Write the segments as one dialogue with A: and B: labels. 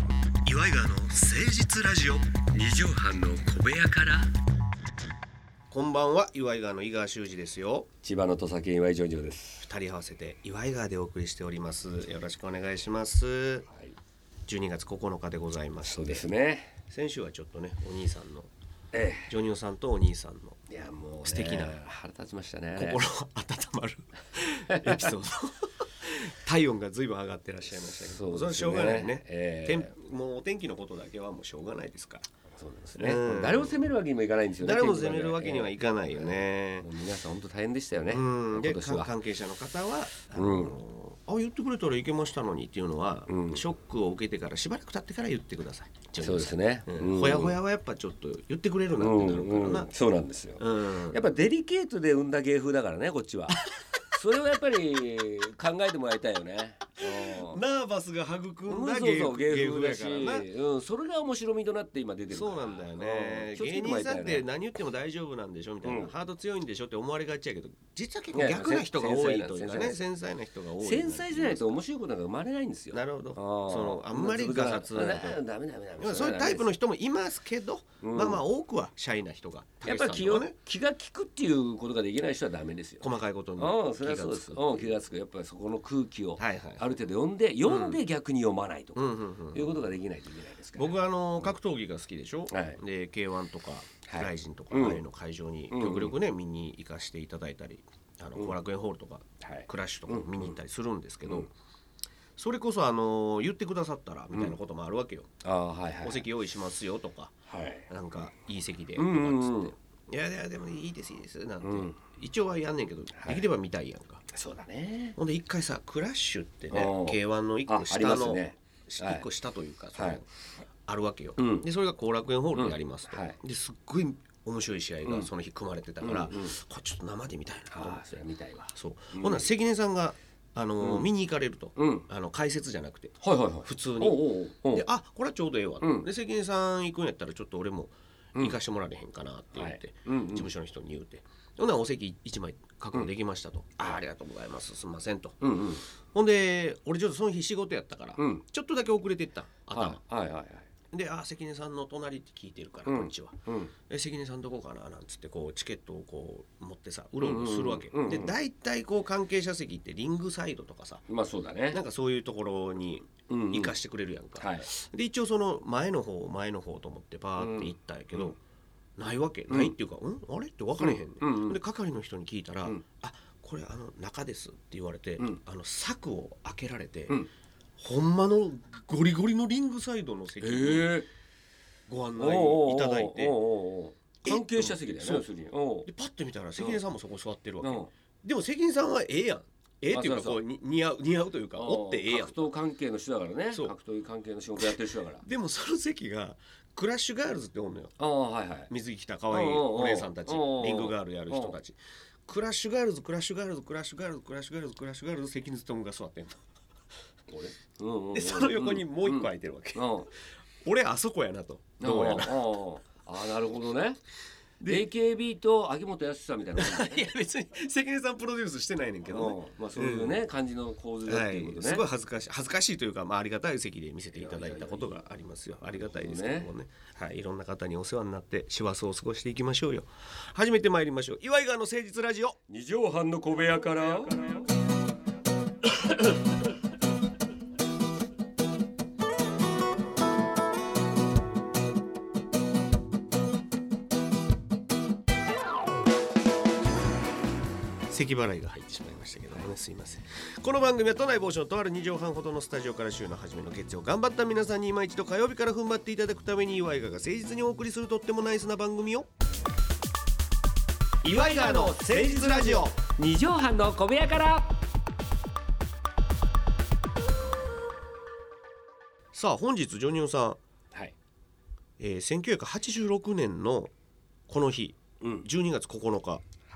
A: イガーの誠実ラジオ
B: 二畳半の小部屋から
A: こんばんは岩井川の井川修司ですよ
B: 千葉の土佐県岩井ジョニオです。
A: 二人合わせて岩井川でお送りしておりますよろしくお願いします
B: はい、
A: 12月9日でございます
B: そうですね。
A: 先週はちょっとねお兄さんの
B: え
A: ジョニオさんとお兄さんの
B: え、いやもう、
A: 素敵な
B: 腹立ちましたね。
A: 心温まる エピソード体温が随分上がってらっしゃいましたけど
B: そう
A: れは
B: ですね
A: しょうがないね、
B: え
A: 天もうお天気のことだけはもうしょうがないですから
B: そうなんですね
A: うん。
B: 誰を責めるわけにもいかないんですよね。
A: 誰も責めるわけにはい
B: か
A: かないよね、
B: もう皆さん本当大変でしたよね。
A: うん、で
B: 今年
A: か
B: は。
A: 関係者の方はあ
B: う
A: の、あ言ってくれたらいけましたのにっていうのは、
B: うん
A: ショックを受けてからしばらく経ってから言ってください
B: そうですね。
A: うん、ほやほやはやっぱちょっと言ってくれるなってなる
B: うん
A: から
B: うん
A: な、
B: そうなんですよ。
A: うん
B: やっぱデリケートで生んだ芸風だからね、こ っちは。それをやっぱり考えてもらいたいよね。うん
A: ナーバスが育
B: うんん
A: だ
B: そうそう
A: 芸
B: 芸
A: 芸
B: 風
A: 風
B: だ
A: だ
B: し
A: からな
B: うん、それが面白みとなって今出てるから
A: そうなんだよね
B: うん気をつ
A: 芸
B: けてもら
A: 人
B: いた
A: さん
B: いよ
A: っ
B: ね
A: て何言っても大丈夫なんでしょみたいな、
B: うん
A: ハート強いんでしょって思われがちやけど実は結
B: い
A: 構
B: やいや
A: 逆な人が多いというか
B: 繊細な
A: ね繊細な人が多い
B: 繊細じゃないと面白いことが生まれないんですよ
A: なるほど
B: あー
A: そのあんまりガサツな
B: な
A: こと
B: あーダメダメダメ
A: まあそういうタイプの人もいますけど、
B: うん
A: まあまあ多くはシャイな人が
B: やっぱり気を、
A: ね
B: 気が利くっていうことができない人はダメですよ
A: 細かいことに
B: うんそ
A: 気
B: れ
A: が
B: はそうで
A: つ
B: す
A: く
B: うん気がつくやっぱりそこの空気をあ
A: はい
B: る
A: はい
B: 程度読んで読んで逆に読まないと
A: う
B: か
A: んうんうん
B: いうことができないといけないですから
A: 僕はあの格闘技が好きでしょ、
B: はい
A: で K1 とか
B: はい
A: ライジンとか
B: うん
A: ああいうの会場に
B: うん
A: 極力ね見に行かせていただいたりあの後楽園ホールとか
B: はい
A: クラッシュとかも見に行ったりするんですけ
B: う
A: ど
B: ん
A: それこそあの言ってくださったらみたいなこともあるわけよ
B: あーはいはい
A: お席用意しますよとか
B: はい
A: なんかいい席でと
B: う
A: かっ
B: んう
A: つっ
B: んうん
A: ていやいやでもいいですいいですなんて
B: うん
A: 一応はやんねんけど
B: はい
A: できれば見たいやんか
B: そうだね
A: ほんで一回さクラッシュってね
B: おう
A: K1 の一個
B: ああり
A: 下
B: ます
A: の
B: ね
A: し
B: はい
A: 一個下というかその
B: はい
A: あるわけよ、
B: うん
A: でそれが後楽園ホールでやりますと、
B: うんはい
A: ですっごい面白い試合がその日組まれてたから、
B: うんうんうん
A: これちょっと生で見たいなと思っ
B: ああ
A: て
B: それは見たいわ
A: そう、
B: うん
A: ほんなら関根さんがあのー、見に行かれると、
B: うん
A: あの解説じゃなくて
B: はいはいはい
A: 普通
B: おう
A: に
B: おうおう
A: であこれはちょうどええわと、
B: うん
A: で関根さん行くんやったらちょっと俺も行かしてもらえへんかなって言って、
B: うんはいうんうん
A: 事務所の人に言うてほんならお席1枚確保できましたと、あありがとうございますすんませんと、
B: うんうん
A: ほんで俺ちょっとその日仕事やったから、
B: うん
A: ちょっとだけ遅れてった頭、
B: はいはいはいはい
A: で「あ関根さんの隣って聞いてるから、
B: うん
A: こんにちは」
B: うん
A: え「関根さんどこかな?」なんつってこうチケットをこう持ってさうろうろするわけ、
B: うんうんうんうん
A: で大体こう関係者席ってリングサイドとかさ
B: まあそうだね
A: なんかそういうところに
B: うんうん
A: 行かしてくれるやんか、
B: はい
A: で一応その前の方前の方と思ってバーって行ったんやけど、ないわけないっていうか「うんあれ?」って分かれへんね、
B: うんうんうん
A: で係の人に聞いたら「
B: うん
A: あこれあの中です」って言われて、
B: うん
A: あの柵を開けられて、
B: うん
A: ほんまのゴリゴリのリングサイドの
B: え
A: 席に
B: え
A: ご案
B: おうおうおう
A: 内いただいて
B: おうおうおう
A: え
B: 関係者席だよね
A: そう
B: 要するにおう
A: でパッて見たら関根さんもそこ座ってるわけ、
B: うん
A: でも関根さんはええやんええっていうか
B: あそうそ
A: こ
B: う
A: うに似合う似合うというかおってええやん
B: 格闘関係の人だからね
A: そう
B: 格闘技関係の仕事やってる人だから
A: でもその席がクラッシュガールズっておんのよ
B: ああはいはい
A: 水着着た可愛いお姉さんたち
B: おうおうおう
A: リングガールやる人たちクラッシュガールズクラッシュガールズクラッシュガールズクラッシュガールズクラッシュガールズ関根勤が座ってんの
B: 俺うんうんうん
A: でその横にもう一個空いてるわけ、
B: うんうん
A: 俺あそこやなとどうやら
B: ああああなるほどね AKB と秋元康さんみたいなもんだね
A: いや別に関根さんプロデュースしてないねんけどね
B: うんまあそういうね感じの構図だ
A: は
B: って
A: い
B: いうこと
A: す
B: ね
A: ごい恥ずかしい恥ずかしいというか、まあ、ありがたい席で見せていただいたことがありますよありがたいですけどもねはい、いろんな方にお世話になって師走を過ごしていきましょうよ初めて参りましょう岩井川の誠実ラジオ
B: 二畳半の小部屋から。
A: 咳払いが入ってしまいましたけどもねすいませんこの番組は都内某所のとある2畳半ほどのスタジオから週の初めの月曜頑張った皆さんに今一度火曜日から踏ん張っていただくために岩井川が誠実にお送りするとってもナイスな番組よ岩井川の誠実ラジオ
B: 二畳半の小部屋から。
A: さあ本日ジョニオさん
B: はい。
A: えー、1986年のこの日
B: うん。
A: 12月9日
B: はい。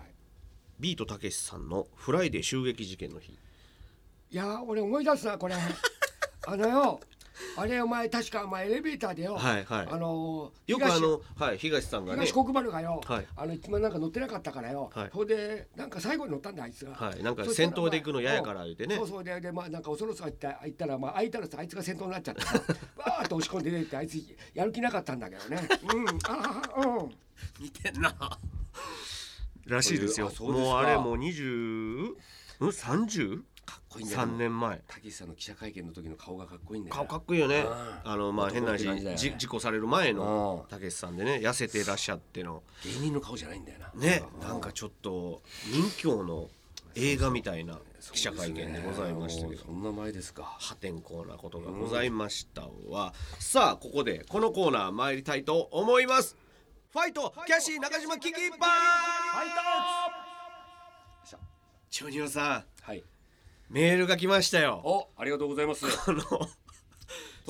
A: ビートたけしさんの「フライデー襲撃事件の日
C: いやー俺思い出すなこれあのよあれお前確かお前エレベーターでよ、
A: はいはい
C: あのー
A: よくあ
C: 東
A: のはい東さんがね
C: 東国丸がよ、
A: はい
C: あの一番なんか乗ってなかったからよ、
A: はい
C: それでなんか最後に乗ったんだあいつが、
A: はいなんか
C: そしたら
A: 先頭で行くの嫌やから
C: まあ
A: 言うてね
C: そうそうででまあなんか恐ろしさ行った行ったらまあ空いたらさあいつが先頭になっちゃって さバーッと押し込んで出てってあいつやる気なかったんだけどねうんあああうん
A: 似てんならしいですよ
B: あそうですか
A: もうあれもう20うん30
B: かっこいいんだよ
A: 3年前
B: たけしさんの記者会見の時の顔がかっこいいんだよ
A: 顔かっこいいよね
B: うん
A: あのまあ変な話、
B: 男って感じだよね
A: じ事故される前の
B: うん
A: たけしさんでね痩せてらっしゃっての
B: 芸人の顔じゃないんだよな
A: ね
B: う
A: なんかちょっと任教の映画みたいな記者会見でございましたけど
B: そうですねもうそんな前ですか
A: 破天荒なことがございましたは、さあここでこのコーナー参りたいと思いますファイトキャシー中島キキパーチョニオさ
B: はい
A: んメールが来ましたよ
B: おありがとうございます
A: この
B: とうと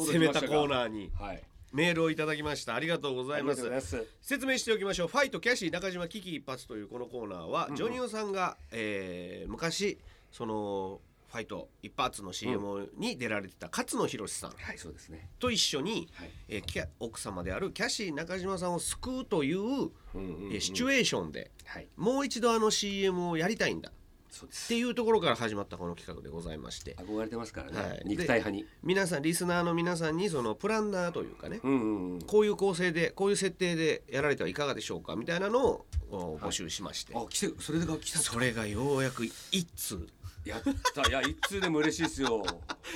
B: う
A: 攻
B: 来
A: め
B: ました
A: た
B: か
A: コーナーに
B: はい
A: メールをいただきましたありがとうございます
B: す
A: 説明しておきましょう「ファイトキャシー中島危機一髪」というこのコーナーは、ジョニオさんが、えー昔そのファイト一発の CM に出られてた勝野博さん
B: はいそうですね
A: と一緒に、
B: はい
A: えーキャ奥様であるキャシー中島さんを救うという、
B: うんうんうん
A: えーシチュエーションで
B: はい
A: もう一度あの CM をやりたいんだ
B: そうで
A: っ
B: す
A: ていうところから始まったこの企画でございまして
B: 憧れてますからね、
A: はい
B: 肉体派に
A: 皆さんリスナーの皆さんにそのプランナーというかね
B: うんうんうん
A: こういう構成でこういう設定でやられてはいかがでしょうかみたいなのをお募集しまして、
B: あ来てそれが来た
A: それがようやく一通
B: やったいや一通でも嬉しいですよ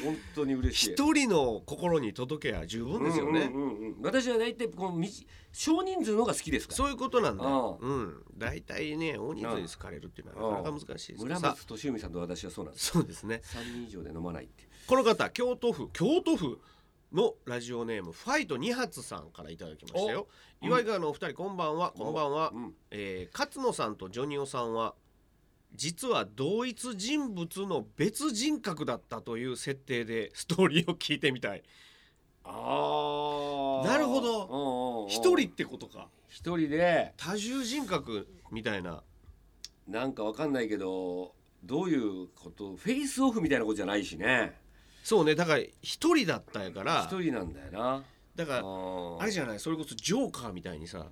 B: 本当に嬉しい
A: 一人の心に届けば十分ですよね、
B: うんうんうんうん私は大体このみじ少人数の方が好きですから
A: そういうことなんだよ、
B: う
A: うん、大体ね大人数に好かれるっていうのはなかなか難しいですけど
B: 村
A: さ
B: 松敏文さんと私はそうなんです
A: そうですね
B: 3人以上で飲まないって
A: この方京都府京都府のラジオネームファイト二発さんからいただきましたよ岩井川のお二人こんばんはこんばんは、
B: うん
A: えー勝野さんとジョニオさんは実は同一人物の別人格だったという設定でストーリーを聞いてみ たい
B: あ
A: ーなるほど一人ってことか
B: 一人で
A: 多重人格みたいな
B: なんかわかんないけどどういうことフェイスオフみたいなことじゃないしね
A: そうねだから一人だったやから
B: 一人なんだよな
A: だから
B: あ
A: あれじゃないそれこそジョーカーみたいにさ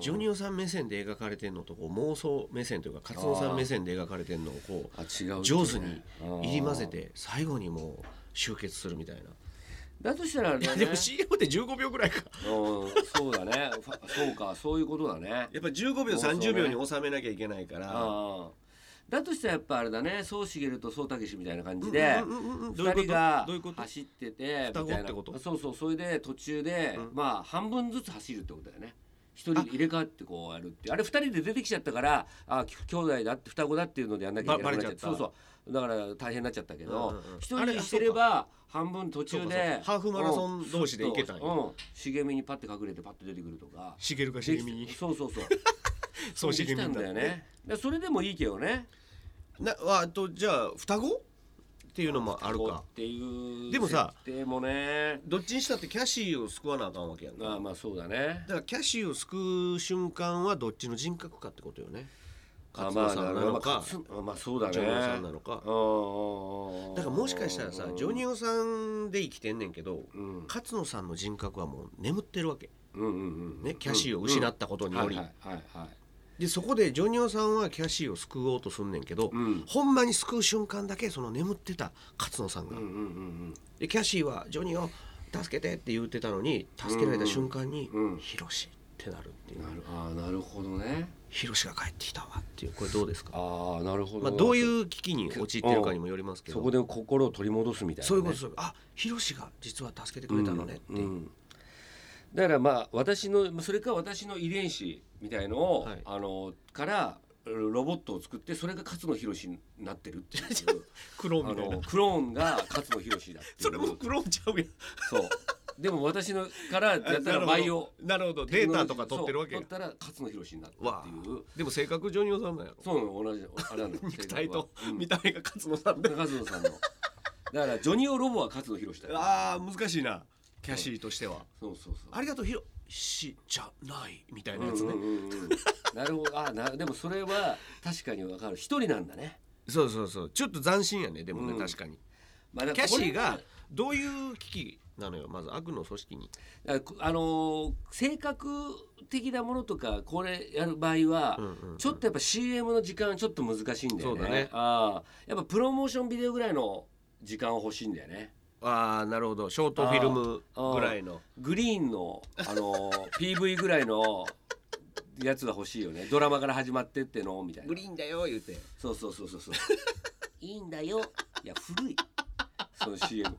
A: ジョニオさん目線で描かれてんのとこう妄想目線というか勝野さん目線で描かれてんのをこ
B: あ違う
A: う上手に入り混ぜて最後にもう集結するみたいな
B: だとしたらあれだね
A: でも CM って15秒ぐらいか
B: うんそうだねファそうかそういうことだね
A: やっぱ15秒30秒に収めなきゃいけないから
B: ああだとしたらやっぱあれだね宗茂と宗武氏みたいな感じで
A: うんうんうんうんどういう
B: 2
A: こと
B: 人が
A: どういうこと
B: 走ってて
A: 双
B: み
A: 子
B: たい
A: っ
B: な
A: てこと
B: そうそうそれで途中で
A: うん
B: まあ半分ずつ走るってことだよね一人入れ替わってこうやるっていうあれ2人で出てきちゃったからあき兄弟だって双子だっていうのでやんなきゃいけなくなっちゃ
A: ばバ
B: っ
A: レちゃ
B: たそ
A: った
B: うそうだから大変になっちゃったけ
A: うん
B: ど
A: うんうん
B: 一
A: あ
B: 人
A: れ
B: にしてれば半分途
A: そうかそ
B: 中
A: う
B: で
A: かハーフマラソン同士で行けたんや
B: うん茂みにパッて隠れてパッと出てくるとか
A: 茂るか
B: で
A: 茂
B: き
A: み に
B: そうそうそう
A: そう
B: で
A: 茂
B: き
A: み
B: たん
A: に
B: だ
A: な
B: よ
A: って
B: ね。だそれでもいいけどね。
A: なあとじゃあ双子っていうのもあるか
B: っていう。
A: でもさ、
B: でもね。
A: どっちにしたってキャシーを救わなあかんわけやんか
B: まあまあそうだね
A: だ。からキャシーを救う瞬間はどっちの人格かってことよね勝
B: ま
A: 野
B: あ
A: さんなのか、
B: 勝つあまあそうだね。
A: ジョニオさんなのか
B: うん
A: だからもしかしたらさジョニオさんで生きてんねんけど、
B: うん
A: 勝野さんの人格はもう眠ってるわけ、
B: うんうんうん。
A: ね、キャシーを失ったことにより、
B: はいはいはいはい。
A: でそこでジョニオさんはキャシーを救おうとすんねんけど、
B: ん
A: ほんまに救う瞬間だけその眠ってた勝野さんが、
B: うんうんうん
A: でキャシーは「ジョニオ助けて」って言ってたのに助けられた瞬間に
B: うん
A: 「
B: うん。
A: ヒロシ」ってなるっていううん
B: なるああなるほどね。
A: 「ヒロシが帰ってきたわ」っていうこれどうですか
B: ああなるほど。
A: まあ、どう
B: う
A: いう危機に陥ってるかにもよりますけど、
B: そこで心を取り戻すみたいなね。
A: そういうことです、あヒロシが実は助けてくれたのねって、
B: うん、だからまあ私のそれか私の遺伝子みたいのを、
A: はい
B: あのからロボットを作ってそれが勝野博になってる っていう
A: クロ
B: あのクローンが勝野博だってい う
A: それもクローンちゃうやん
B: そうでも私のからやったらバイオ
A: なるほどデータとか取ってるわけ
B: そう
A: や
B: 取ったら勝野博になったっ
A: わ
B: ていう
A: あでも性格上にさんなんやろ
B: そうなの同じあれなの
A: 肉体と
B: 性格はうん
A: 見た目が勝野さんで、
B: 勝野さんのだからジョニオロボは勝野博だよ
A: ああ難しいなキャシーとしては、
B: そうそうそう
A: ありがとうヒロシじゃないみたいなやつね、
B: うんうんうんうんなるほどあなでもそれは確かにわかる一人なんだね、
A: そうそうそうちょっと斬新やねでもね、
B: うん
A: 確かに
B: まあ、だ
A: キャ
B: から
A: シ
B: これ
A: ーがどういう危機なのよまず悪の組織に
B: あくあのー性格的なものとかこれやる場合は、
A: うんうんうん
B: ちょっとやっぱ CM の時間ちょっと難しいんだよね
A: そうだね
B: あーやっぱプロモーションビデオぐらいの時間欲しいんだよね
A: ああなるほどショートフィルムぐらいの
B: グリーンの、あのー PV ぐらいのやつが欲しいよねドラマから始まってってのみたいな
A: リーンだよ言うて
B: そうそうそうそうそういいんだよいや古いその CM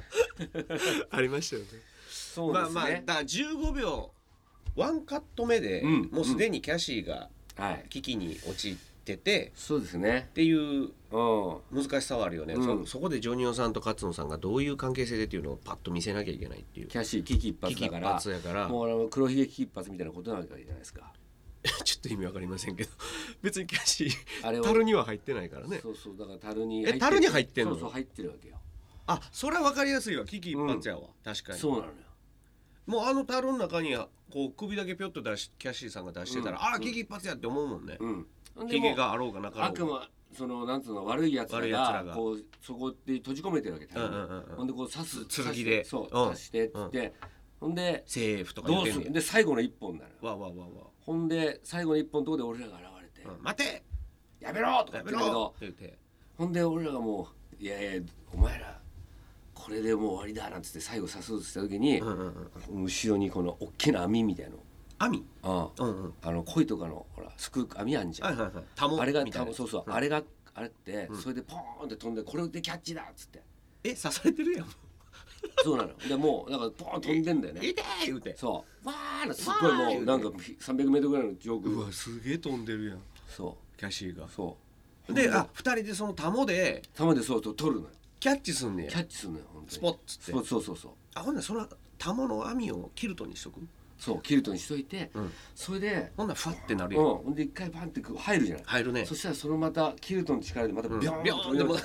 A: ありましたよね
B: そうで
A: ますあ
B: ね、
A: まあだから15秒ワンカット目で、
B: うん
A: もうすでにキャシーが
B: はい
A: 危機に陥ってて、
B: そうですね
A: っていう
B: うん
A: 難しさはあるよね、
B: うん
A: そそこでジョニオさんと勝野さんがどういう関係性でっていうのをパッと見せなきゃいけないっていう
B: キャッシー危機一
A: 危
B: 髪
A: 機
B: だ
A: 一
B: から
A: 発やからちょ
B: もうあの黒ひげ危機一髪みたいなことなわけじゃないですか。
A: っと意味わかりませんけど 別にキャシー
B: あれは
A: 樽には入ってないからね
B: そうそうだから樽に
A: え樽に入ってんの
B: そうそう入ってるわけよ。
A: あそれはわかりやすいわ危機一発やわ、確かに
B: そうなのよ。
A: もうあの樽の中にこう首だけぴょっと出しキャシーさんが出してたら、
B: うん
A: ああ危機一発やって思うもんね、
B: うん。
A: ヒゲ
B: でも
A: があろうがなかろ
B: 悪
A: うが
B: 魔そのなんつうの悪いやつら
A: 悪い奴
B: が
A: らが
B: こうそこで閉じ込めてるわけ。
A: うんうんうんうん
B: ほんでこう刺す
A: つ
B: 刺
A: 剣
B: して
A: で
B: そう
A: うん
B: 刺してっつってほんで
A: セーフとか言
B: ど
A: っ
B: う
A: てん
B: す
A: ねん
B: るで最後の一本なのよ。
A: わわわわ、
B: ほんで最後の一本のとこで俺らが現れて
A: うん、待て
B: 「やめろ!」とか言
A: や
B: って
A: め
B: るけ
A: ろ
B: ど
A: って言って
B: ほんで俺らがもう「いやいやお前らこれでもう終わりだ」なんつって最後刺そうとした時に
A: うんうんうん
B: 後ろにこの大きな網みたいの
A: 網
B: あ
A: うんうん
B: あの鯉とかのほらすくう網あんじゃ
A: は
B: ん
A: いはいはいタモ
B: あれが
A: みたいな
B: そうそう、あれがあれって、それでポーンって飛んでこれでキャッチだっつって
A: え刺されてるやん
B: そうなのでもうだからポーン飛んでんだよね
A: 痛い言うて
B: そうわーすっごいもうなんか300メートルぐらいの上空
A: うわすげえ飛んでるやん
B: そ
A: キャシーが
B: うそ
A: であ二人でそのタモで
B: う球でそうそう取るのよ
A: キャッチすんね
B: キ
A: や
B: ャッチするのよ本当に
A: スポッつって
B: そうそうそうそう
A: あほんならそのタモの網をキルトにしとく
B: そうキルトにしといて、
A: うん
B: それで
A: ほんならフワってなる
B: うん
A: やん
B: ほんで一回バンってこう入るじゃない、
A: 入るね
B: そしたらそのまたキルトの力でまたビョーン,、
A: ビョーンでも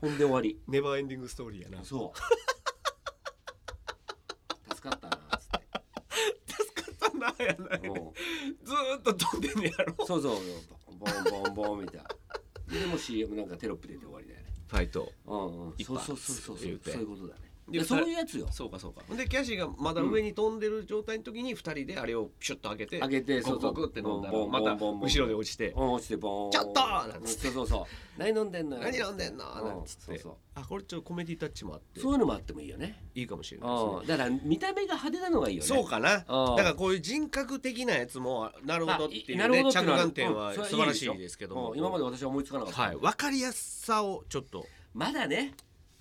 B: ほんで終わり
A: ネバーエンディングストーリーやな
B: そう 助かったなっつっ
A: そんなんやない
B: ても
A: ずーっと飛んでんねやろ
B: うそうそうボンボンボンボンみたいなでも CM なんかテロップ出て終わりだよね
A: ファイト
B: うんうん
A: 一
B: そう
A: 発
B: そうそうそうそう
A: 言うて
B: そういうことだねい
A: で
B: やそういうやつよ
A: そうかそうかでキャシーがまだ上に飛んでる状態の時に二人であれをピシュッと上げて
B: 上げて
A: ゴクゴ
B: そうそ
A: ク
B: う
A: って飲んだら
B: ボンボ
A: ま
B: ン
A: た
B: ボンボン
A: 後ろで落ちて
B: うん落ちてボーン
A: ちょっとなんつっ
B: そうそうそう何飲んでんのよ
A: 何飲んでんの
B: うん
A: なんつって
B: そうそう
A: あこれちょっとコメディタッチもあって
B: そういうのもあってもいいよね
A: いいかもしれないですね
B: うんだから見た目が派手なのがいいよね
A: そうかなだ
B: うん
A: からこういう人格的なやつもなるほどっていう
B: なる
A: ね
B: ほどってい
A: 着
B: うのは
A: 眼点は
B: うんそれ
A: 素
B: は
A: 晴らしいですけど
B: う
A: も
B: ん今まで私は思いつかなかった、
A: はい分かりやすさをちょっと
B: まだね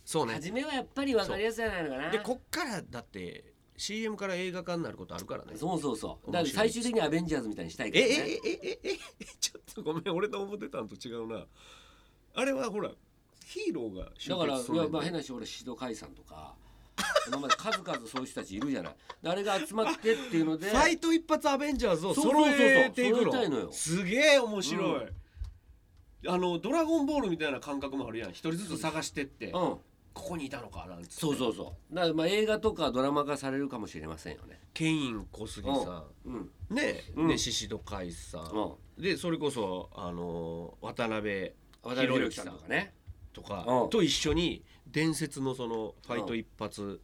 A: そうね
B: 初めはやっぱり分かりやすいじゃないのかな
A: でこっからだって CM から映画化になることあるからね
B: そうそうそうだ
A: 面
B: から
A: 白い
B: 最終的にアベンジャーズみたいにしたい
A: え
B: けど
A: え
B: ね
A: ええええ えちょっとごめん俺の思ってたんと違うなあれはほらヒーローが集
B: だから
A: 結する
B: いやまあ変
A: な
B: な話俺シド解散と か今まで数々そういう人たちいるじゃないであれが集まってっていうので
A: ファイト一発アベンジャーズを
B: そうそう
A: 揃
B: そうそう
A: えていくの
B: 揃えたいのよ
A: すげえ面白い、あのドラゴンボールみたいな感覚もあるやん一人ずつ探してって、
B: う
A: こ
B: ん
A: こにいたのかなんつって
B: そうそうそうだからまあ映画とかドラマ化されるかもしれませんよね
A: ケイン小杉さ
B: うんうん
A: んねえ、
B: うん
A: ねシシド海さん、でそれこそあの渡辺
B: 渡辺裕之さ
A: さ
B: ん
A: ん
B: とかね
A: とか
B: うん
A: と一緒に伝説のそのファイト一発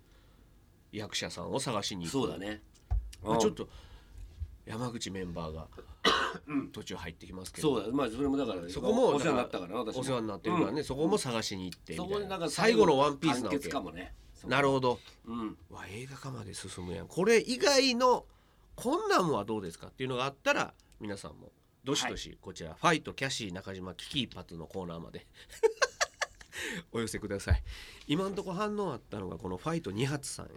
A: 役者さんを探しに行く
B: そうだね
A: まあちょっ
B: と
A: と山口メンバーが途中入ってきますけど
B: そうだまあそれもだから
A: そこも
B: お世話になったから私も
A: お世話になってるからねそこも探しに行って
B: そ
A: みた
B: こ
A: い
B: でなん
A: な
B: か
A: 最後のワンピースなわ
B: 完結か
A: け
B: もね
A: なる
B: ほ
A: ほど
B: どうん
A: わ映画化まで進むやんこれ以外のこんなんはどうですかっていうのがあったら皆さんもどしどしこちら、ファイトキャシー中島危機一髪のコーナーまで お寄せください今んとこ反応あったのがこのファイト2発さん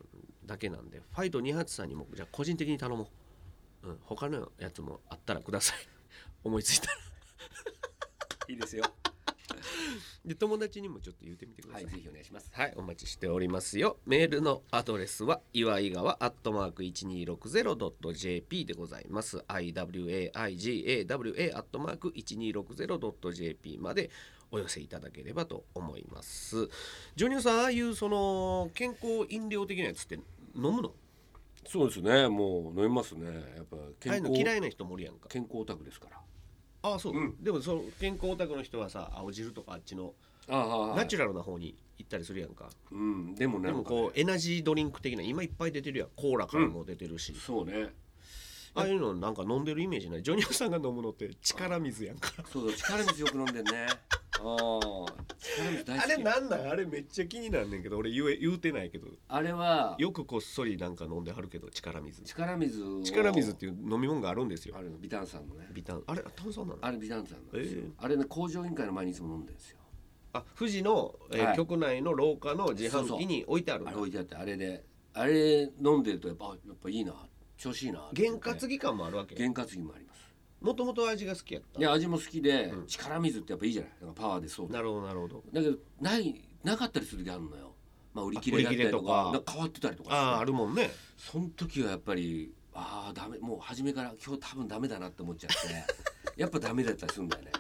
A: だけなんでファイト2発さんにもじゃあ個人的に頼もう、うん、他のやつもあったらください思いついたら
B: いいですよ
A: で友達にもちょっと言ってみてくだ
B: は
A: さい、
B: いぜひお願いします
A: はい、お待ちしておりますよ。メールのアドレスは、岩井川アットマーク 1260.jp でございます。iwaigawa アットマーク 1260.jp までお寄せいただければと思います。ジョニオさん、ああいうその健康飲料的なやつって飲むの
B: そうですねもう飲みますねやっぱ
A: ああいうの嫌いな人もおるやんか。
B: 健康オタクですから
A: ああ、そう、
B: うん
A: でもその健康オタクの人はさ、青汁とかあっちの
B: ああああ
A: ナチュラルな方に行ったりするやんか
B: うんでもね
A: でもこうエナジードリンク的な今いっぱい出てるやんコーラからも出てるし、
B: うそうね
A: ああいうのなんか飲んでるイメージないジョニオさんが飲むのって力水やんか
B: そうそう力水よく飲んでん ねああ力水大好き
A: あれなんなんあれめっちゃ気になんねんけど俺言え言うてないけど
B: あれは
A: よくこっそりなんか飲んではるけど力水
B: 力水を
A: 力水っていう飲み物があるんですよ
B: あれのビタンさんのね
A: ビタンあれ炭酸なの
B: あれビタンさんなんですよ、
A: ええ
B: あれね工場委員会の前にいつも飲んでるんですよ
A: あ富士の、えー
B: はい
A: 局内の廊下の自
B: そうそ
A: 販
B: う
A: 機に置いてあるん
B: あ
A: だ
B: れ置いてあってあれであれ飲んでるとやっぱあやっぱいいな調子いいなって
A: 験担ぎ感もあるわけ
B: 験担ぎもあります
A: もともと味が好きやった
B: で味も好きで、力水ってやっぱいいじゃないなんかパワーでそうだ
A: なるほどなるほど
B: けどないなかったりする時あるのよ、まあ、売り切れだったりとか
A: あ売り切れとか
B: なん変わってたりとかして
A: あああるもんね
B: その時はやっぱりああダメもう初めから今日多分ダメだなって思っちゃっ てやっぱダメだったりするんだよね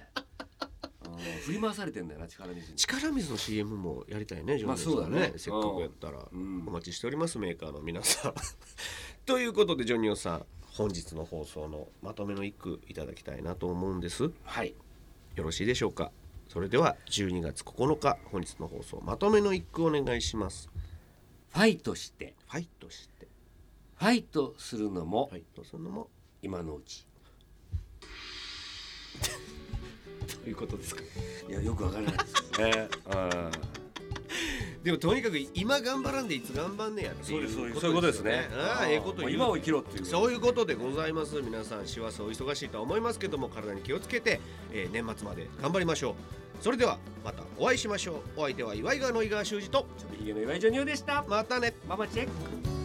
B: あー振り回されてんだよな力水に
A: 力水の CM もやりたいね、ジョ
B: ま
A: ニ
B: あ
A: オさんね
B: そうだね
A: せっかくやったら、
B: うん
A: お待ちしておりますメーカーの皆さん ということでジョニオさん本日の放送のまとめの一句いただきたいなと思うんですよ
B: はい
A: ろしいでしょうかそれでは12月9日本日の放送まとめの一句お願いします
B: ファイトして
A: ファイトして
B: ファイトするのも
A: ファイトするのも
B: 今のうち
A: ということですか
B: いやよくわからないですけどねあ
A: でもとにかく今頑張らんでいつ頑張んねやって
B: そ
A: い
B: う
A: う
B: ですそうです
A: ことですよねああええこと
B: もう
A: 言う
B: 今を生きろっていう
A: そういうことでございます皆さん師走お忙しいとは思いますけども体に気をつけて、えー年末まで頑張りましょうそれではまたお会いしましょうお相手は岩井川の井川修司と
B: ちょっとひげの岩井ジョニオでした
A: またね
B: ママチェック